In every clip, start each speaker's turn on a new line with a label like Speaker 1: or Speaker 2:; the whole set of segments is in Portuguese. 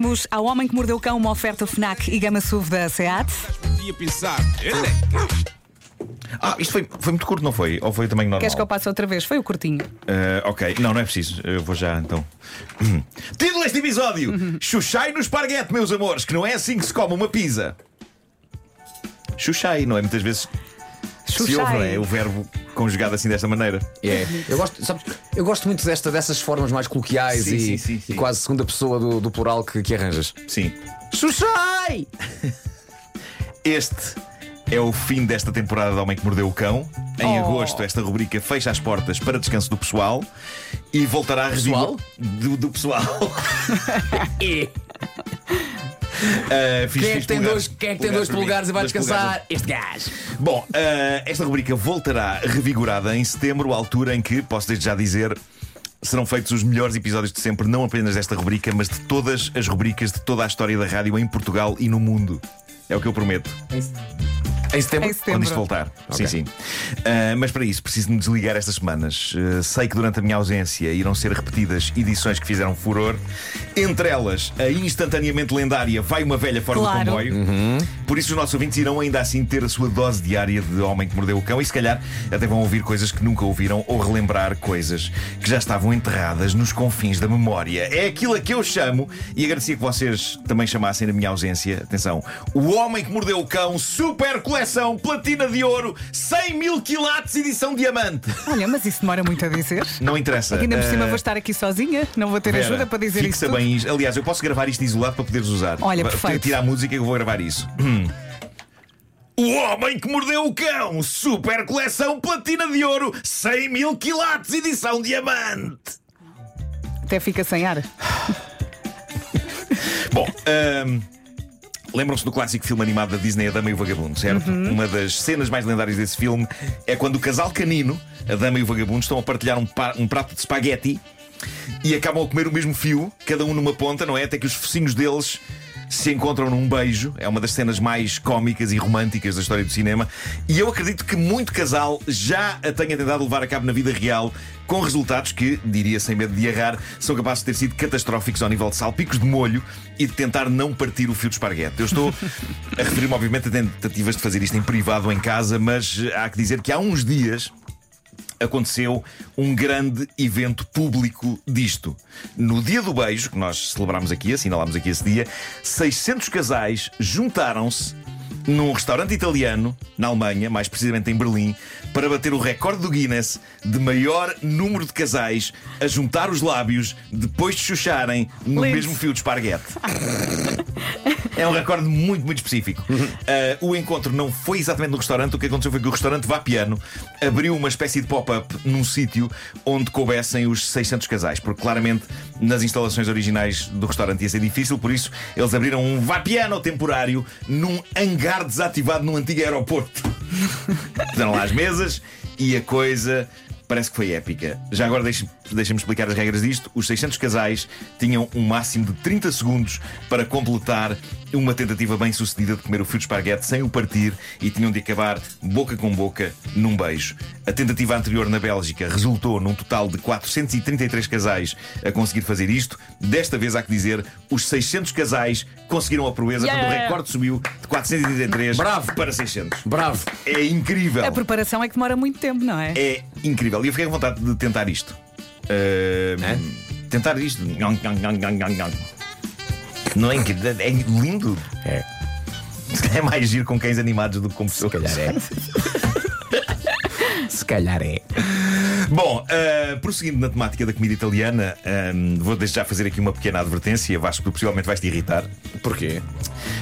Speaker 1: Vamos ao Homem que Mordeu o Cão, uma oferta FNAC e Gama SUV da SEAT.
Speaker 2: podia pensar.
Speaker 3: Ah, isto foi, foi muito curto, não foi? Ou foi o tamanho normal?
Speaker 1: Queres que eu passe outra vez? Foi o curtinho.
Speaker 3: Ah, ok, não, não é preciso. Eu vou já então. Hum. Título deste episódio: Xuxai no esparguete, meus amores, que não é assim que se come uma pizza. Xuxai, não é? Muitas vezes se ouve, não é? O verbo conjugado assim desta maneira.
Speaker 4: É, eu gosto, sabes, eu gosto muito desta, dessas formas mais coloquiais
Speaker 3: Sim,
Speaker 4: e,
Speaker 3: sim, sim, sim.
Speaker 4: e quase segunda pessoa do, do plural que, que arranjas.
Speaker 3: Sim.
Speaker 4: Xuxai!
Speaker 3: Este é o fim desta temporada de Homem que Mordeu o Cão.
Speaker 4: Oh.
Speaker 3: Em agosto, esta rubrica fecha as portas para descanso do pessoal e voltará a
Speaker 4: Pessoal?
Speaker 3: Do, do pessoal. Ah, fiz-
Speaker 4: É. Quem é
Speaker 3: fiz
Speaker 4: que tem
Speaker 3: pulgares-
Speaker 4: dois, quem é que tem dois
Speaker 3: para mim,
Speaker 4: polegares e vai
Speaker 3: dois
Speaker 4: descansar? Este gajo.
Speaker 3: Bom, eh, esta rubrica voltará revigorada em setembro, à altura em que, posso desde já dizer, serão feitos os melhores episódios de sempre, não apenas desta rubrica, mas de todas as rubricas de toda a história da rádio em Portugal e no mundo. É o que eu prometo,
Speaker 4: Em setembro?
Speaker 1: Em
Speaker 3: quando isto
Speaker 1: setembro.
Speaker 3: voltar. Sim, sim. Eh, mas para isso, preciso me desligar estas semanas. Eh, sei que durante a minha ausência irão ser repetidas edições que fizeram furor. Entre elas, a instantaneamente lendária Vai uma Velha Fora
Speaker 1: Claro.
Speaker 3: do Comboio. Por isso, os nossos ouvintes irão ainda assim ter a sua dose diária de Homem que Mordeu o Cão e, se calhar, até vão ouvir coisas que nunca ouviram ou relembrar coisas que já estavam enterradas nos confins da memória. É aquilo a que eu chamo, e agradecia que vocês também chamassem na minha ausência, atenção, O Homem que Mordeu o Cão, super coleção, platina de ouro, 100 mil quilates, edição diamante.
Speaker 1: Olha, mas isso demora muito a dizer.
Speaker 3: Não interessa.
Speaker 1: Ainda por cima
Speaker 3: Ah,
Speaker 1: vou estar aqui sozinha, não vou ter
Speaker 3: Vera,
Speaker 1: ajuda para dizer
Speaker 3: fixa
Speaker 1: isso.
Speaker 3: bem isto. Aliás, eu posso gravar isto isolado para poderes usar.
Speaker 1: Olha,
Speaker 3: Vai-
Speaker 1: perfeito.
Speaker 3: Tira a música que eu vou gravar isso. Hum. O Homem que Mordeu o Cão, super coleção platina de ouro, 100 mil quilates, edição diamante.
Speaker 1: tudo. Até fica sem ar.
Speaker 3: Bom, ahm, lembram-se do clássico filme animado da Disney, A Dama e o Vagabundo, certo?
Speaker 1: Uhum.
Speaker 3: Uma das cenas mais lendárias desse filme é quando o casal canino, a Dama e o Vagabundo, estão a partilhar um, pa- um prato de espaguete e acabam a comer o mesmo fio, cada um numa ponta, não é? Até que os focinhos deles se encontram num beijo. É uma das cenas mais cómicas e românticas da história do cinema. E eu acredito que muito casal já a tenha tentado levar a cabo na vida real, com resultados que, diria sem medo de errar, são capazes de ter sido catastróficos ao nível de salpicos de molho e de tentar não partir o fio de esparguete. Eu estou a referir-me, obviamente, a tentativas de fazer isto em privado, em casa, mas eh, há que dizer que há uns dias aconteceu um grande evento público disto. No dia do beijo, que nós celebramos aqui, assinalámos aqui esse dia, 600 casais juntaram-se num restaurante italiano, na Alemanha, mais precisamente em Berlim, para bater o recorde do Guinness de maior número de casais a juntar os lábios depois de chucharem no
Speaker 1: Lindo.
Speaker 3: mesmo fio de esparguete. É um recorde muito, muito específico. Ah, o encontro não foi exatamente no restaurante. O que aconteceu foi que o restaurante Vapiano abriu uma espécie de pop-up num sítio onde coubessem os 600 casais. Porque claramente nas instalações originais do restaurante ia ser difícil. Por isso, eles abriram um Vapiano temporário num hangar desativado num antigo aeroporto. Puseram lá as mesas e a coisa parece que foi épica. Já agora deixe- deixa-me explicar as regras disto. Os 600 casais tinham um máximo de 30 segundos para completar uma tentativa bem sucedida de comer o fio de esparguete sem o partir e tinham de acabar boca com boca num beijo. A tentativa anterior na Bélgica resultou num total de 433 casais a conseguir fazer isto. Desta vez há que dizer, os 600 casais conseguiram a proeza quando o
Speaker 1: Yeah!
Speaker 3: recorde subiu de 433
Speaker 4: Bravo!
Speaker 3: para 600.
Speaker 4: Bravo.
Speaker 3: É incrível.
Speaker 1: A preparação é que demora muito tempo, não é?
Speaker 3: É incrível. E eu fiquei com vontade de tentar isto. Ahm, Tentar isto. Nhong, nhong, nhong, nhong, nhong, nhong. Não é incrível? É lindo.
Speaker 4: É.
Speaker 3: Se calhar É mais giro com cães animados do que com pessoas.
Speaker 4: Se calhar é.
Speaker 3: Bom, ah, prosseguindo na temática da comida italiana, ahm, vou deixar fazer aqui uma pequena advertência. Vasco, tu possivelmente vais te irritar.
Speaker 4: Porquê?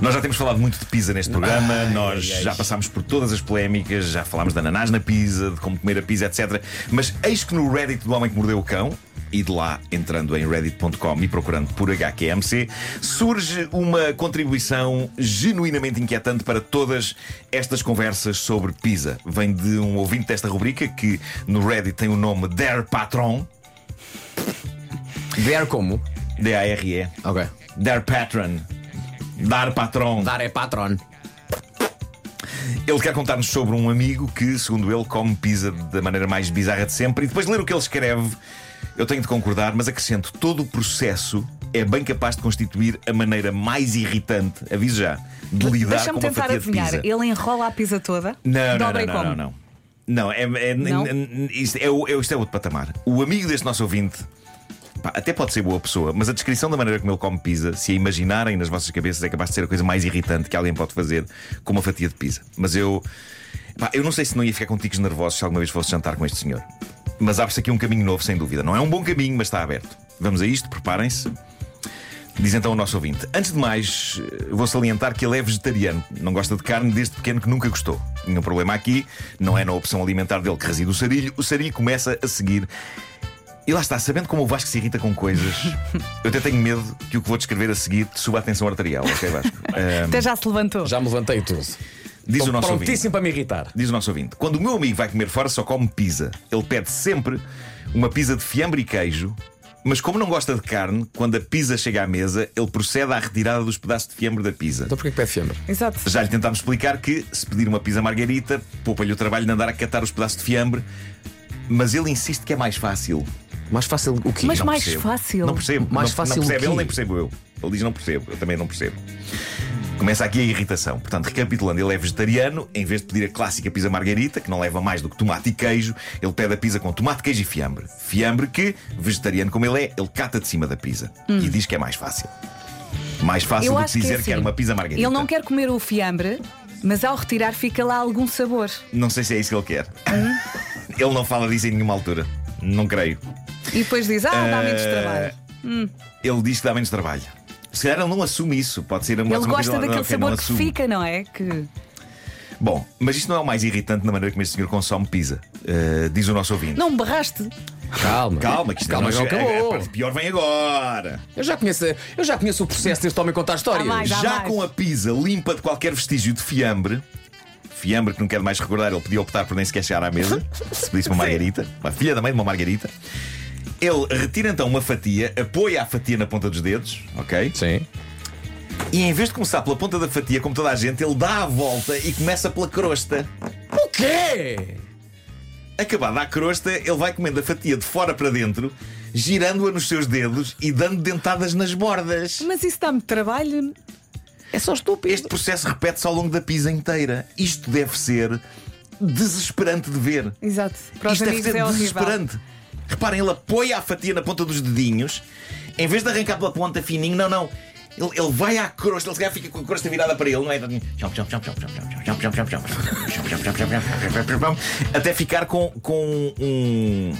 Speaker 3: Nós já temos falado muito de pizza neste programa, nós já passámos por todas as polémicas, já falámos de ananás na pizza, de como comer a pizza, etc. Mas eis que no Reddit do Homem que Mordeu o Cão, e de lá entrando em reddit.com e procurando por HQMC, surge uma contribuição genuinamente inquietante para todas estas conversas sobre pizza. Vem de um ouvinte desta rubrica que no Reddit tem o nome Der Patron,
Speaker 4: Ver como?
Speaker 3: D-A-R-E,
Speaker 4: Ok.
Speaker 3: Der Patron, Dar Patron.
Speaker 4: Dar é patron.
Speaker 3: Ele quer contar-nos sobre um amigo que, segundo ele, come pizza da maneira mais bizarra de sempre. E depois de ler o que ele escreve, eu tenho de concordar, mas acrescento: todo o processo é bem capaz de constituir a maneira mais irritante, aviso já, de lidar com
Speaker 1: Deixa-me
Speaker 3: uma
Speaker 1: tentar
Speaker 3: fatia de
Speaker 1: adivinhar.
Speaker 3: pizza.
Speaker 1: Ele enrola a pizza toda,
Speaker 3: Não, não,
Speaker 1: dobra
Speaker 3: não,
Speaker 1: e
Speaker 3: não,
Speaker 1: come.
Speaker 3: não, não. Não, é, é,
Speaker 1: Não?
Speaker 3: n- n- isto, é, o- é- isto é outro patamar. O amigo deste nosso ouvinte pá, até pode ser boa pessoa, mas a descrição da maneira como ele come pizza, se a imaginarem nas vossas cabeças, é capaz de ser a coisa mais irritante que alguém pode fazer com uma fatia de pizza. Mas eu. pá, eu não sei se não ia ficar com ticos nervosos se alguma vez fosse jantar com este senhor. Mas abre-se aqui um caminho novo, sem dúvida. Não é um bom caminho, mas está aberto. Vamos a isto, preparem-se. Diz então o nosso ouvinte. Antes de mais, eh, vou salientar que ele é vegetariano. Não gosta de carne desde pequeno que nunca gostou. O meu problema aqui não é na opção alimentar dele que reside o sarilho. O sarilho começa a seguir. E lá está, sabendo como o Vasco se irrita com coisas, eu até tenho medo que o que vou descrever a seguir te suba a tensão arterial, ok, Vasco? Ahm,
Speaker 1: Até já se levantou.
Speaker 4: Já me levantei e tudo.
Speaker 3: diz o
Speaker 4: Estou
Speaker 3: nosso ouvinte.
Speaker 4: prontíssimo para me irritar.
Speaker 3: Diz o nosso ouvinte: quando o meu amigo vai comer fora, só come pizza. Ele pede sempre uma pizza de fiambre e queijo, mas como não gosta de carne, quando a pizza chega à mesa, ele procede à retirada dos pedaços de fiambre da pizza.
Speaker 4: Então porquê que pede fiambre?
Speaker 1: Exato.
Speaker 3: Já lhe tentámos explicar que, se pedir uma pizza margarita, poupa-lhe o trabalho de andar a catar os pedaços de fiambre, mas ele insiste que é mais fácil.
Speaker 4: Mais fácil o quê?
Speaker 1: Mas
Speaker 3: Não
Speaker 1: mais
Speaker 3: percebo.
Speaker 1: fácil.
Speaker 3: Não percebo.
Speaker 4: Mais
Speaker 3: não,
Speaker 4: fácil
Speaker 3: não
Speaker 4: o
Speaker 3: percebe
Speaker 4: quê?
Speaker 3: ele, nem percebo eu. Ele diz não percebo, eu também não percebo. Começa aqui a irritação. Portanto, recapitulando, ele é vegetariano, em vez de pedir a clássica pizza margarita, que não leva mais do que tomate e queijo, ele pede a pizza com tomate, queijo e fiambre. Fiambre que, vegetariano como ele é, ele cata de cima da pizza e diz que é mais fácil. Mais
Speaker 1: Hum. Eu
Speaker 3: fácil do que
Speaker 1: acho que é
Speaker 3: dizer que
Speaker 1: assim.
Speaker 3: quer uma pizza margarita.
Speaker 1: Ele não quer comer o fiambre, mas ao retirar fica lá algum sabor.
Speaker 3: Não sei se é isso que ele quer.
Speaker 1: Hum?
Speaker 3: ele não fala disso em nenhuma altura. Não creio.
Speaker 1: E depois diz: Ah, dá menos
Speaker 3: Eh,
Speaker 1: trabalho.
Speaker 3: Ele diz que dá menos trabalho. Se calhar ele não assume isso, pode ser uma
Speaker 1: Ele
Speaker 3: uma coisa
Speaker 1: gosta
Speaker 3: que
Speaker 1: daquele
Speaker 3: ok, não
Speaker 1: sabor que
Speaker 3: assume.
Speaker 1: fica, não é? Que
Speaker 3: Bom, mas isto não é o mais irritante na maneira como este senhor consome pizza, eh, diz o nosso ouvinte.
Speaker 1: não berraste.
Speaker 4: Calma.
Speaker 3: Calma, que isto
Speaker 4: Calma,
Speaker 3: ainda
Speaker 4: não
Speaker 3: não chega- É,
Speaker 4: acabou.
Speaker 3: A parte pior vem agora.
Speaker 4: Eu já conheço, eu já conheço o processo deste homem
Speaker 3: Tá
Speaker 4: contar histórias.
Speaker 1: Há mais, há
Speaker 3: Já
Speaker 1: mais.
Speaker 3: com a pizza limpa de qualquer vestígio de fiambre, fiambre que não quero mais recordar, ele podia optar por nem sequer chegar à mesa, se pedisse uma margarita, uma filha da mãe de uma margarita. Ele retira então uma fatia, apoia a fatia na ponta dos dedos, ok?
Speaker 4: Sim.
Speaker 3: E em vez de começar pela ponta da fatia, como toda a gente, ele dá a volta e começa pela crosta.
Speaker 4: O quê?
Speaker 3: Acabada a crosta, ele vai comendo a fatia de fora para dentro, girando-a nos seus dedos e dando dentadas nas bordas.
Speaker 1: Mas isso dá-me trabalho.
Speaker 4: É só estúpido.
Speaker 3: Este processo repete-se ao longo da pizza inteira. Isto deve ser desesperante de ver.
Speaker 1: Exato. Para os
Speaker 3: Isto deve
Speaker 1: amigos
Speaker 3: ser
Speaker 1: é horrível.
Speaker 3: desesperante. Reparem, ele apoia a fatia na ponta dos dedinhos, em vez de arrancar pela ponta fininho, não, não. Ele, ele vai à crosta, ele se calhar fica com a crosta virada para ele, não é? Até ficar com, com um,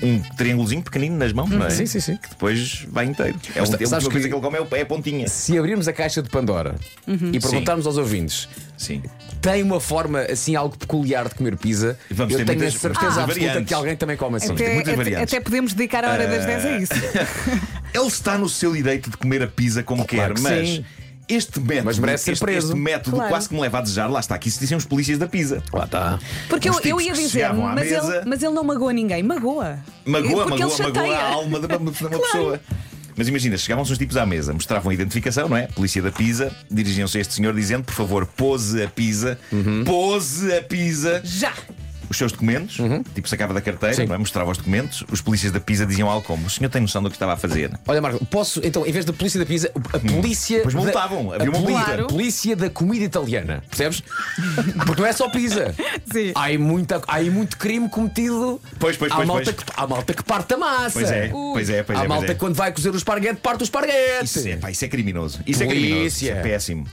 Speaker 3: um triângulozinho pequenino nas
Speaker 1: Hum,
Speaker 3: mãos, não é?
Speaker 4: Sim, sim, sim.
Speaker 3: Que depois vai inteiro. É um,
Speaker 4: Mas
Speaker 3: é a
Speaker 4: sabes
Speaker 3: última
Speaker 4: que-
Speaker 3: coisa que ele come é o- é a pontinha.
Speaker 4: Se abrirmos a caixa de Pandora e perguntarmos aos ouvintes
Speaker 3: Sim.
Speaker 4: tem uma forma assim algo peculiar de comer pizza,
Speaker 3: Vamos
Speaker 4: eu
Speaker 3: ter
Speaker 4: tenho
Speaker 3: muitas-
Speaker 4: a certeza
Speaker 3: ah,
Speaker 4: absoluta
Speaker 3: variantes.
Speaker 4: que alguém também come assim.
Speaker 3: Tem
Speaker 1: Até,
Speaker 3: muitas
Speaker 1: até-
Speaker 3: variantes.
Speaker 1: até podemos dedicar a hora das 10
Speaker 3: Eh,
Speaker 1: a isso.
Speaker 3: Ele está no seu direito de comer a pizza como
Speaker 4: claro
Speaker 3: quer,
Speaker 4: que
Speaker 3: mas
Speaker 4: sim.
Speaker 3: este método,
Speaker 4: Mas merece ser
Speaker 3: este,
Speaker 4: preso.
Speaker 3: este método
Speaker 1: Claro.
Speaker 3: quase que me leva a desejar, lá está, que isso diziam os polícias da pizza.
Speaker 4: Lá está.
Speaker 1: Porque eu,
Speaker 3: Os
Speaker 1: eu
Speaker 3: tipos
Speaker 1: ia
Speaker 3: que
Speaker 1: dizer,
Speaker 3: chegavam à
Speaker 1: mas ele,
Speaker 3: mesa-
Speaker 1: mas ele não magoa ninguém. Magoa.
Speaker 3: Magoa,
Speaker 1: Porque
Speaker 3: magoa,
Speaker 1: ele chateia.
Speaker 3: magoa a alma de uma, de uma pessoa. Mas imagina, chegavam-se uns tipos à mesa, mostravam a identificação, não é? Polícia da Pisa, dirigiam-se a este senhor dizendo, por favor, pose a Pisa,
Speaker 4: Uhum.
Speaker 3: pose a Pisa.
Speaker 1: Já.
Speaker 3: os seus documentos, tipo sacava da carteira,
Speaker 4: Uhum. Sim.
Speaker 3: não é? mostrava os documentos, os polícias da Pisa diziam algo como: o senhor tem noção do que estava a fazer?
Speaker 4: Olha, Marco, posso, então, em vez da polícia da pizza, a polícia.
Speaker 3: Hum. Pois
Speaker 4: da-
Speaker 3: multavam,
Speaker 4: a
Speaker 3: havia uma
Speaker 4: poli-
Speaker 3: multa.
Speaker 4: a polícia da comida italiana, percebes? Porque não é só pizza.
Speaker 1: Sim.
Speaker 4: Há, aí muita, há aí muito crime cometido.
Speaker 3: Pois, pois,
Speaker 4: há
Speaker 3: pois,
Speaker 4: malta
Speaker 3: pois.
Speaker 4: Que, há malta que parte a massa.
Speaker 3: Pois é,
Speaker 1: Ui.
Speaker 3: pois é, pois
Speaker 4: há
Speaker 3: é.
Speaker 4: malta
Speaker 3: pois é.
Speaker 4: que quando vai cozer o esparguete, parte o esparguete.
Speaker 3: Isso é, pá, isso é criminoso. Isso é
Speaker 4: Polícia.
Speaker 3: criminoso. Isso é péssimo.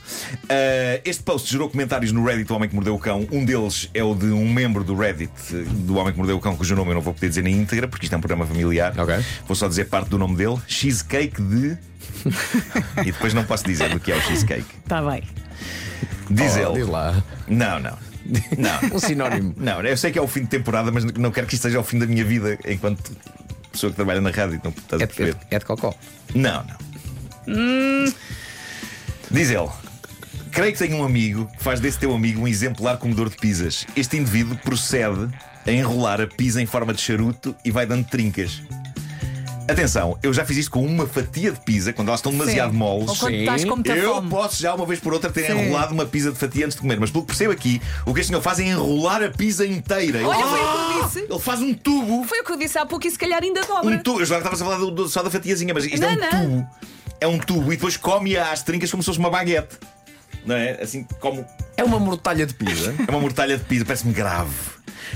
Speaker 3: Ah, este post gerou comentários no Reddit do Homem que Mordeu o Cão. Um deles é o de um membro do Reddit eh, do Homem que Mordeu o Cão, cujo nome eu não vou poder dizer na íntegra, porque isto é um programa familiar.
Speaker 4: Ok.
Speaker 3: Vou só dizer parte do nome dele: Cheesecake de. e depois não posso dizer do que é o cheesecake.
Speaker 1: Está Tá bem.
Speaker 3: Diz
Speaker 4: Oh,
Speaker 3: ele.
Speaker 4: diz lá.
Speaker 3: Não, não. Não.
Speaker 4: Um sinónimo.
Speaker 3: Não, eu sei que é o fim de temporada, mas não quero que isto seja o fim da minha vida enquanto pessoa que trabalha na rádio. Não estás
Speaker 4: É,
Speaker 3: a perceber?
Speaker 4: é- é de cocó.
Speaker 3: Não, não. Diz ele. Creio que tenho um amigo que faz desse teu amigo um exemplar comedor de pizzas. Este indivíduo procede a enrolar a pizza em forma de charuto e vai dando trincas. Atenção, eu já fiz isto com uma fatia de pizza quando elas estão demasiado
Speaker 1: Sim.
Speaker 3: moles.
Speaker 1: Ou quando
Speaker 4: sim.
Speaker 1: estás com muita
Speaker 3: Eu
Speaker 1: fome.
Speaker 3: posso já uma vez por outra ter
Speaker 1: Sim.
Speaker 3: enrolado uma pizza de fatia antes de comer, mas pelo que percebo aqui, o que este senhor faz é enrolar a pizza inteira. Ele-
Speaker 1: Olha, foi o que eu disse.
Speaker 3: ele faz um tubo
Speaker 1: Foi o que eu disse há pouco e se calhar ainda
Speaker 3: um
Speaker 1: dobra.
Speaker 3: tubo. Eu já estava a falar do- do- só da fatiazinha, mas isto
Speaker 1: Não,
Speaker 3: é um
Speaker 1: não.
Speaker 3: tubo. é um tubo e depois come-a às trincas como se fosse uma baguete. Não é? Assim, como
Speaker 4: É uma mortalha de pizza.
Speaker 3: é uma mortalha de pizza, parece-me grave.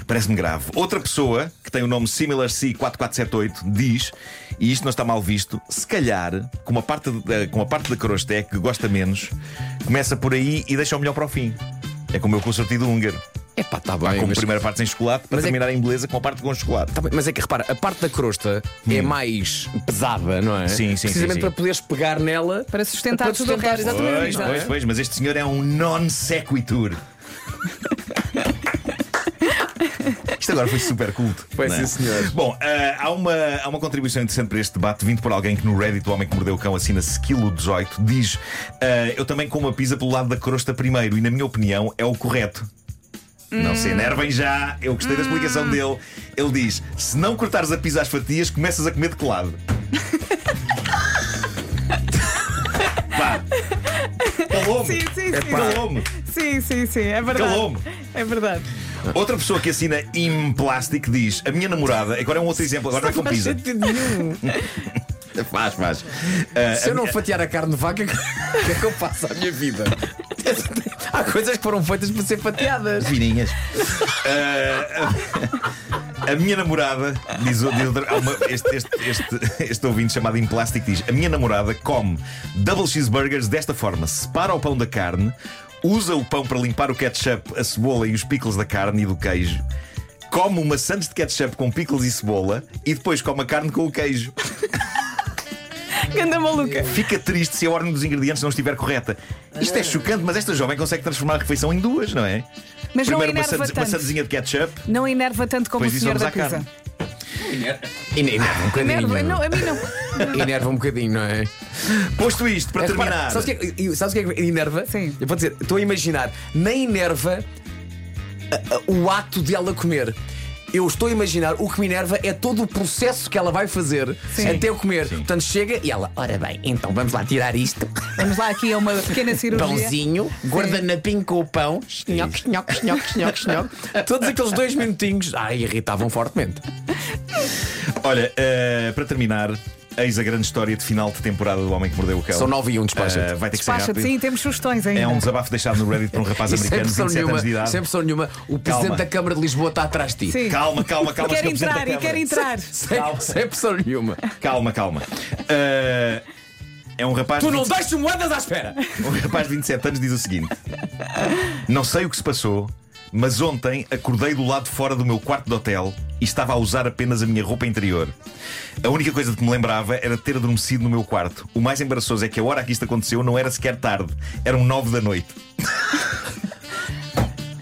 Speaker 3: Parece-me grave. Outra pessoa que tem o nome Similar C4478 diz, e isto não está mal visto, se calhar, com uma parte, da- com uma parte da Corostec que gosta menos, começa por aí e deixa o melhor para o fim. É como eu com o sortido húngaro.
Speaker 4: Epá, tá bem.
Speaker 3: Como
Speaker 4: mas-
Speaker 3: primeira parte sem chocolate, para
Speaker 4: mas é que-
Speaker 3: terminar em beleza com a parte com chocolate.
Speaker 4: Tá bem, mas é que repara, a parte da crosta é mais pesada, não é?
Speaker 3: Sim, sim, sim,
Speaker 4: Precisamente
Speaker 3: sim.
Speaker 4: para poderes pegar nela.
Speaker 1: Para sustentar
Speaker 4: Para
Speaker 1: tudo o
Speaker 4: sustentar,
Speaker 1: resto.
Speaker 4: exatamente.
Speaker 3: Pois,
Speaker 1: Exato.
Speaker 3: pois, pois, mas este senhor é um non sequitur. Isto agora foi super culto.
Speaker 4: Foi,
Speaker 3: não é?
Speaker 4: sim, senhor.
Speaker 3: Bom, ah, há, uma, há uma contribuição interessante para este debate, vindo por alguém que no Reddit, o homem que mordeu o cão, assina-se quilo 18, diz: "Ah, Eu também como a pizza pelo lado da crosta primeiro, e na minha opinião é o correto. Não
Speaker 1: Hum.
Speaker 3: se enervem já, eu gostei da explicação dele. Ele diz: se não cortares a pizza às fatias, começas a comer de colado. Pá! Calou-me! É
Speaker 1: Sim, sim, sim.
Speaker 3: Calou-me!
Speaker 1: Sim, sim, sim, é verdade.
Speaker 3: Calou-me.
Speaker 1: É verdade.
Speaker 3: Outra pessoa que assina Implastic diz: A minha namorada, agora é um outro exemplo, agora não é com
Speaker 4: Faz
Speaker 3: pizza.
Speaker 4: sentido nenhum.
Speaker 3: Faz, faz. Ah,
Speaker 4: Se
Speaker 3: a
Speaker 4: eu não
Speaker 3: minha-
Speaker 4: fatiar a carne de vaca, o que é que eu faço à minha vida? Há coisas que foram feitas para ser fatiadas.
Speaker 3: Fininhas. Ah, Eh, a- a minha namorada, diz, o- diz outra- há uma- este, este, este, este ouvinte chamado Implastic diz: A minha namorada come double cheeseburgers desta forma: separa o pão da carne, usa o pão para limpar o ketchup, a cebola e os pickles da carne e do queijo. Come uma sandes de ketchup com pickles e cebola e depois come a carne com o queijo.
Speaker 1: Ganda maluca.
Speaker 3: Fica triste se a ordem dos ingredientes não estiver correta. Isto
Speaker 1: Ah.
Speaker 3: é chocante, mas esta jovem consegue transformar a refeição em duas, não é?
Speaker 1: Mas não
Speaker 3: Primeiro uma,
Speaker 1: enerva
Speaker 3: sandes- uma
Speaker 1: tanto.
Speaker 3: sandezinha de ketchup,
Speaker 1: Não enerva tanto como
Speaker 3: Pois
Speaker 1: o
Speaker 3: isso
Speaker 1: senhor
Speaker 3: vamos
Speaker 1: da
Speaker 3: à
Speaker 1: pizza.
Speaker 3: carne.
Speaker 4: E Enerva um
Speaker 1: Enerva, não,
Speaker 4: bocadinho.
Speaker 1: a mim não.
Speaker 4: Enerva um bocadinho, não é?
Speaker 3: Posto isto, para
Speaker 4: É, repara,
Speaker 3: terminar.
Speaker 4: sabes o que é, e- sabes o que é que enerva?
Speaker 1: Sim.
Speaker 4: Eu vou dizer, estou a imaginar, nem enerva a- a- o ato de ela comer. Eu estou a imaginar, o que me enerva é todo o processo que ela vai fazer
Speaker 1: Sim.
Speaker 4: até eu comer.
Speaker 3: Sim.
Speaker 4: Portanto, chega e ela, ora bem, então vamos lá tirar isto.
Speaker 1: Vamos lá aqui a uma pequena cirurgia.
Speaker 4: Pãozinho, guardanapinho com o pão, xinhoque, xinhoque, xinhoque, xinhoque, xinhoque. Todos aqueles dois minutinhos, ai, irritavam fortemente.
Speaker 3: Então, Olha, eh, para terminar, eis a grande história de final de temporada do Homem que Mordeu o Cão.
Speaker 4: São 9 e 1,
Speaker 3: Eh,
Speaker 4: despacha-te.
Speaker 3: vai ter que ser
Speaker 1: Despacha-te,
Speaker 3: rápido.
Speaker 1: sim, temos sugestões ainda.
Speaker 3: É um desabafo deixado no Reddit por um rapaz
Speaker 4: E
Speaker 3: americano
Speaker 4: sempre
Speaker 3: de 27
Speaker 4: são
Speaker 3: anos de
Speaker 4: é nenhuma,
Speaker 3: idade.
Speaker 4: sempre são nenhuma. O presidente da Câmara de Lisboa está atrás de ti.
Speaker 1: Sim.
Speaker 3: Calma, calma, calma.
Speaker 1: Quer
Speaker 3: senhor Presidente da
Speaker 1: entrar e quer
Speaker 3: Câmara.
Speaker 1: entrar.
Speaker 4: Sem, sem pressão nenhuma.
Speaker 3: Calma, calma. Eh, é um rapaz.
Speaker 4: Tu
Speaker 3: de
Speaker 4: não deixes moedas à espera!
Speaker 3: Um rapaz de 27 anos diz o seguinte: Não sei o que se passou, mas ontem acordei do lado de fora do meu quarto de hotel e estava a usar apenas a minha roupa interior. A única coisa de que me lembrava era de ter adormecido no meu quarto. O mais embaraçoso é que a hora que isto aconteceu não era sequer tarde, eram 9 da noite.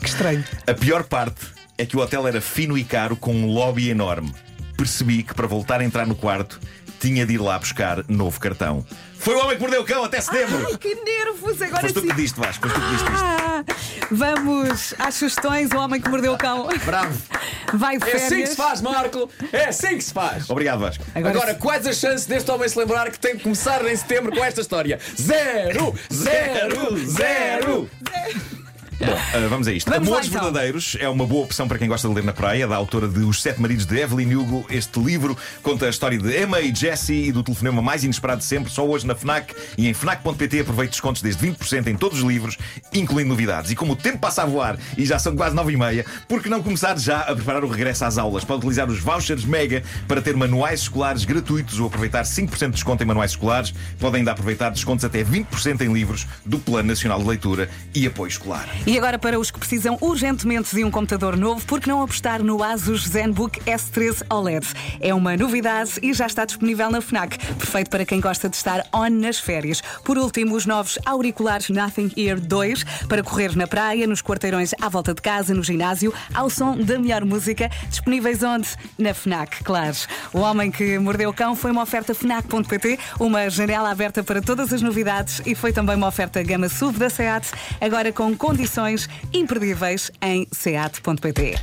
Speaker 1: Que estranho.
Speaker 3: A pior parte é que o hotel era fino e caro com um lobby enorme. Percebi que para voltar a entrar no quarto tinha de ir lá buscar novo cartão. Foi o homem que mordeu o cão até setembro!
Speaker 1: Ai, que nervos! Agora
Speaker 3: Foste tu que
Speaker 1: sim.
Speaker 3: diste, Vasco, foste tu que diste isto.
Speaker 1: Ah, vamos às sugestões. O homem que mordeu o cão
Speaker 4: Bravo!
Speaker 1: vai de
Speaker 4: É assim que
Speaker 1: férias.
Speaker 4: se faz, Marco! É assim que se faz!
Speaker 3: Obrigado, Vasco.
Speaker 1: Agora-
Speaker 4: Agora, quais as chances deste homem se lembrar que tem de começar em setembro com esta história? Zero! Zero! Zero!
Speaker 3: Uh, vamos a isto.
Speaker 1: Vamos lá,
Speaker 3: Amores
Speaker 1: então.
Speaker 3: Verdadeiros é uma boa opção para quem gosta de ler na praia, da autora de Os Sete Maridos de Evelyn Hugo. Este livro conta a história de Emma e Jesse e do telefonema mais inesperado de sempre, só hoje na Fnac e em Fnac.pt aproveite descontos desde 20% em todos os livros, incluindo novidades. E como o tempo passa a voar e já são quase nove e meia, por que não começar já a preparar o regresso às aulas? Pode utilizar os vouchers Mega para ter manuais escolares gratuitos ou aproveitar 5% de desconto em manuais escolares. Podem ainda aproveitar descontos até 20% em livros do Plano Nacional de Leitura e Apoio Escolar.
Speaker 1: E agora para os que precisam urgentemente de um computador novo, por que não apostar no Asus ZenBook S13 OLED? É uma novidade e já está disponível na FNAC. Perfeito para quem gosta de estar on nas férias. Por último, os novos auriculares Nothing Ear 2 para correr na praia, nos quarteirões à volta de casa, no ginásio, ao som da melhor música, disponíveis onde? Na FNAC, claro. O Homem que Mordeu o Cão foi uma oferta FNAC.pt, uma janela aberta para todas as novidades e foi também uma oferta gama SUV da SEAT, agora com condições imperdíveis em SEAT.pt.
Speaker 2: é-"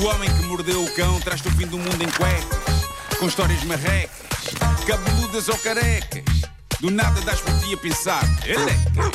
Speaker 2: O homem que mordeu o cão traz-te o fim do mundo em cuecas, com histórias marrecas, cabeludas ou carecas. Do nada das por ti a pensar. é-" Eleca.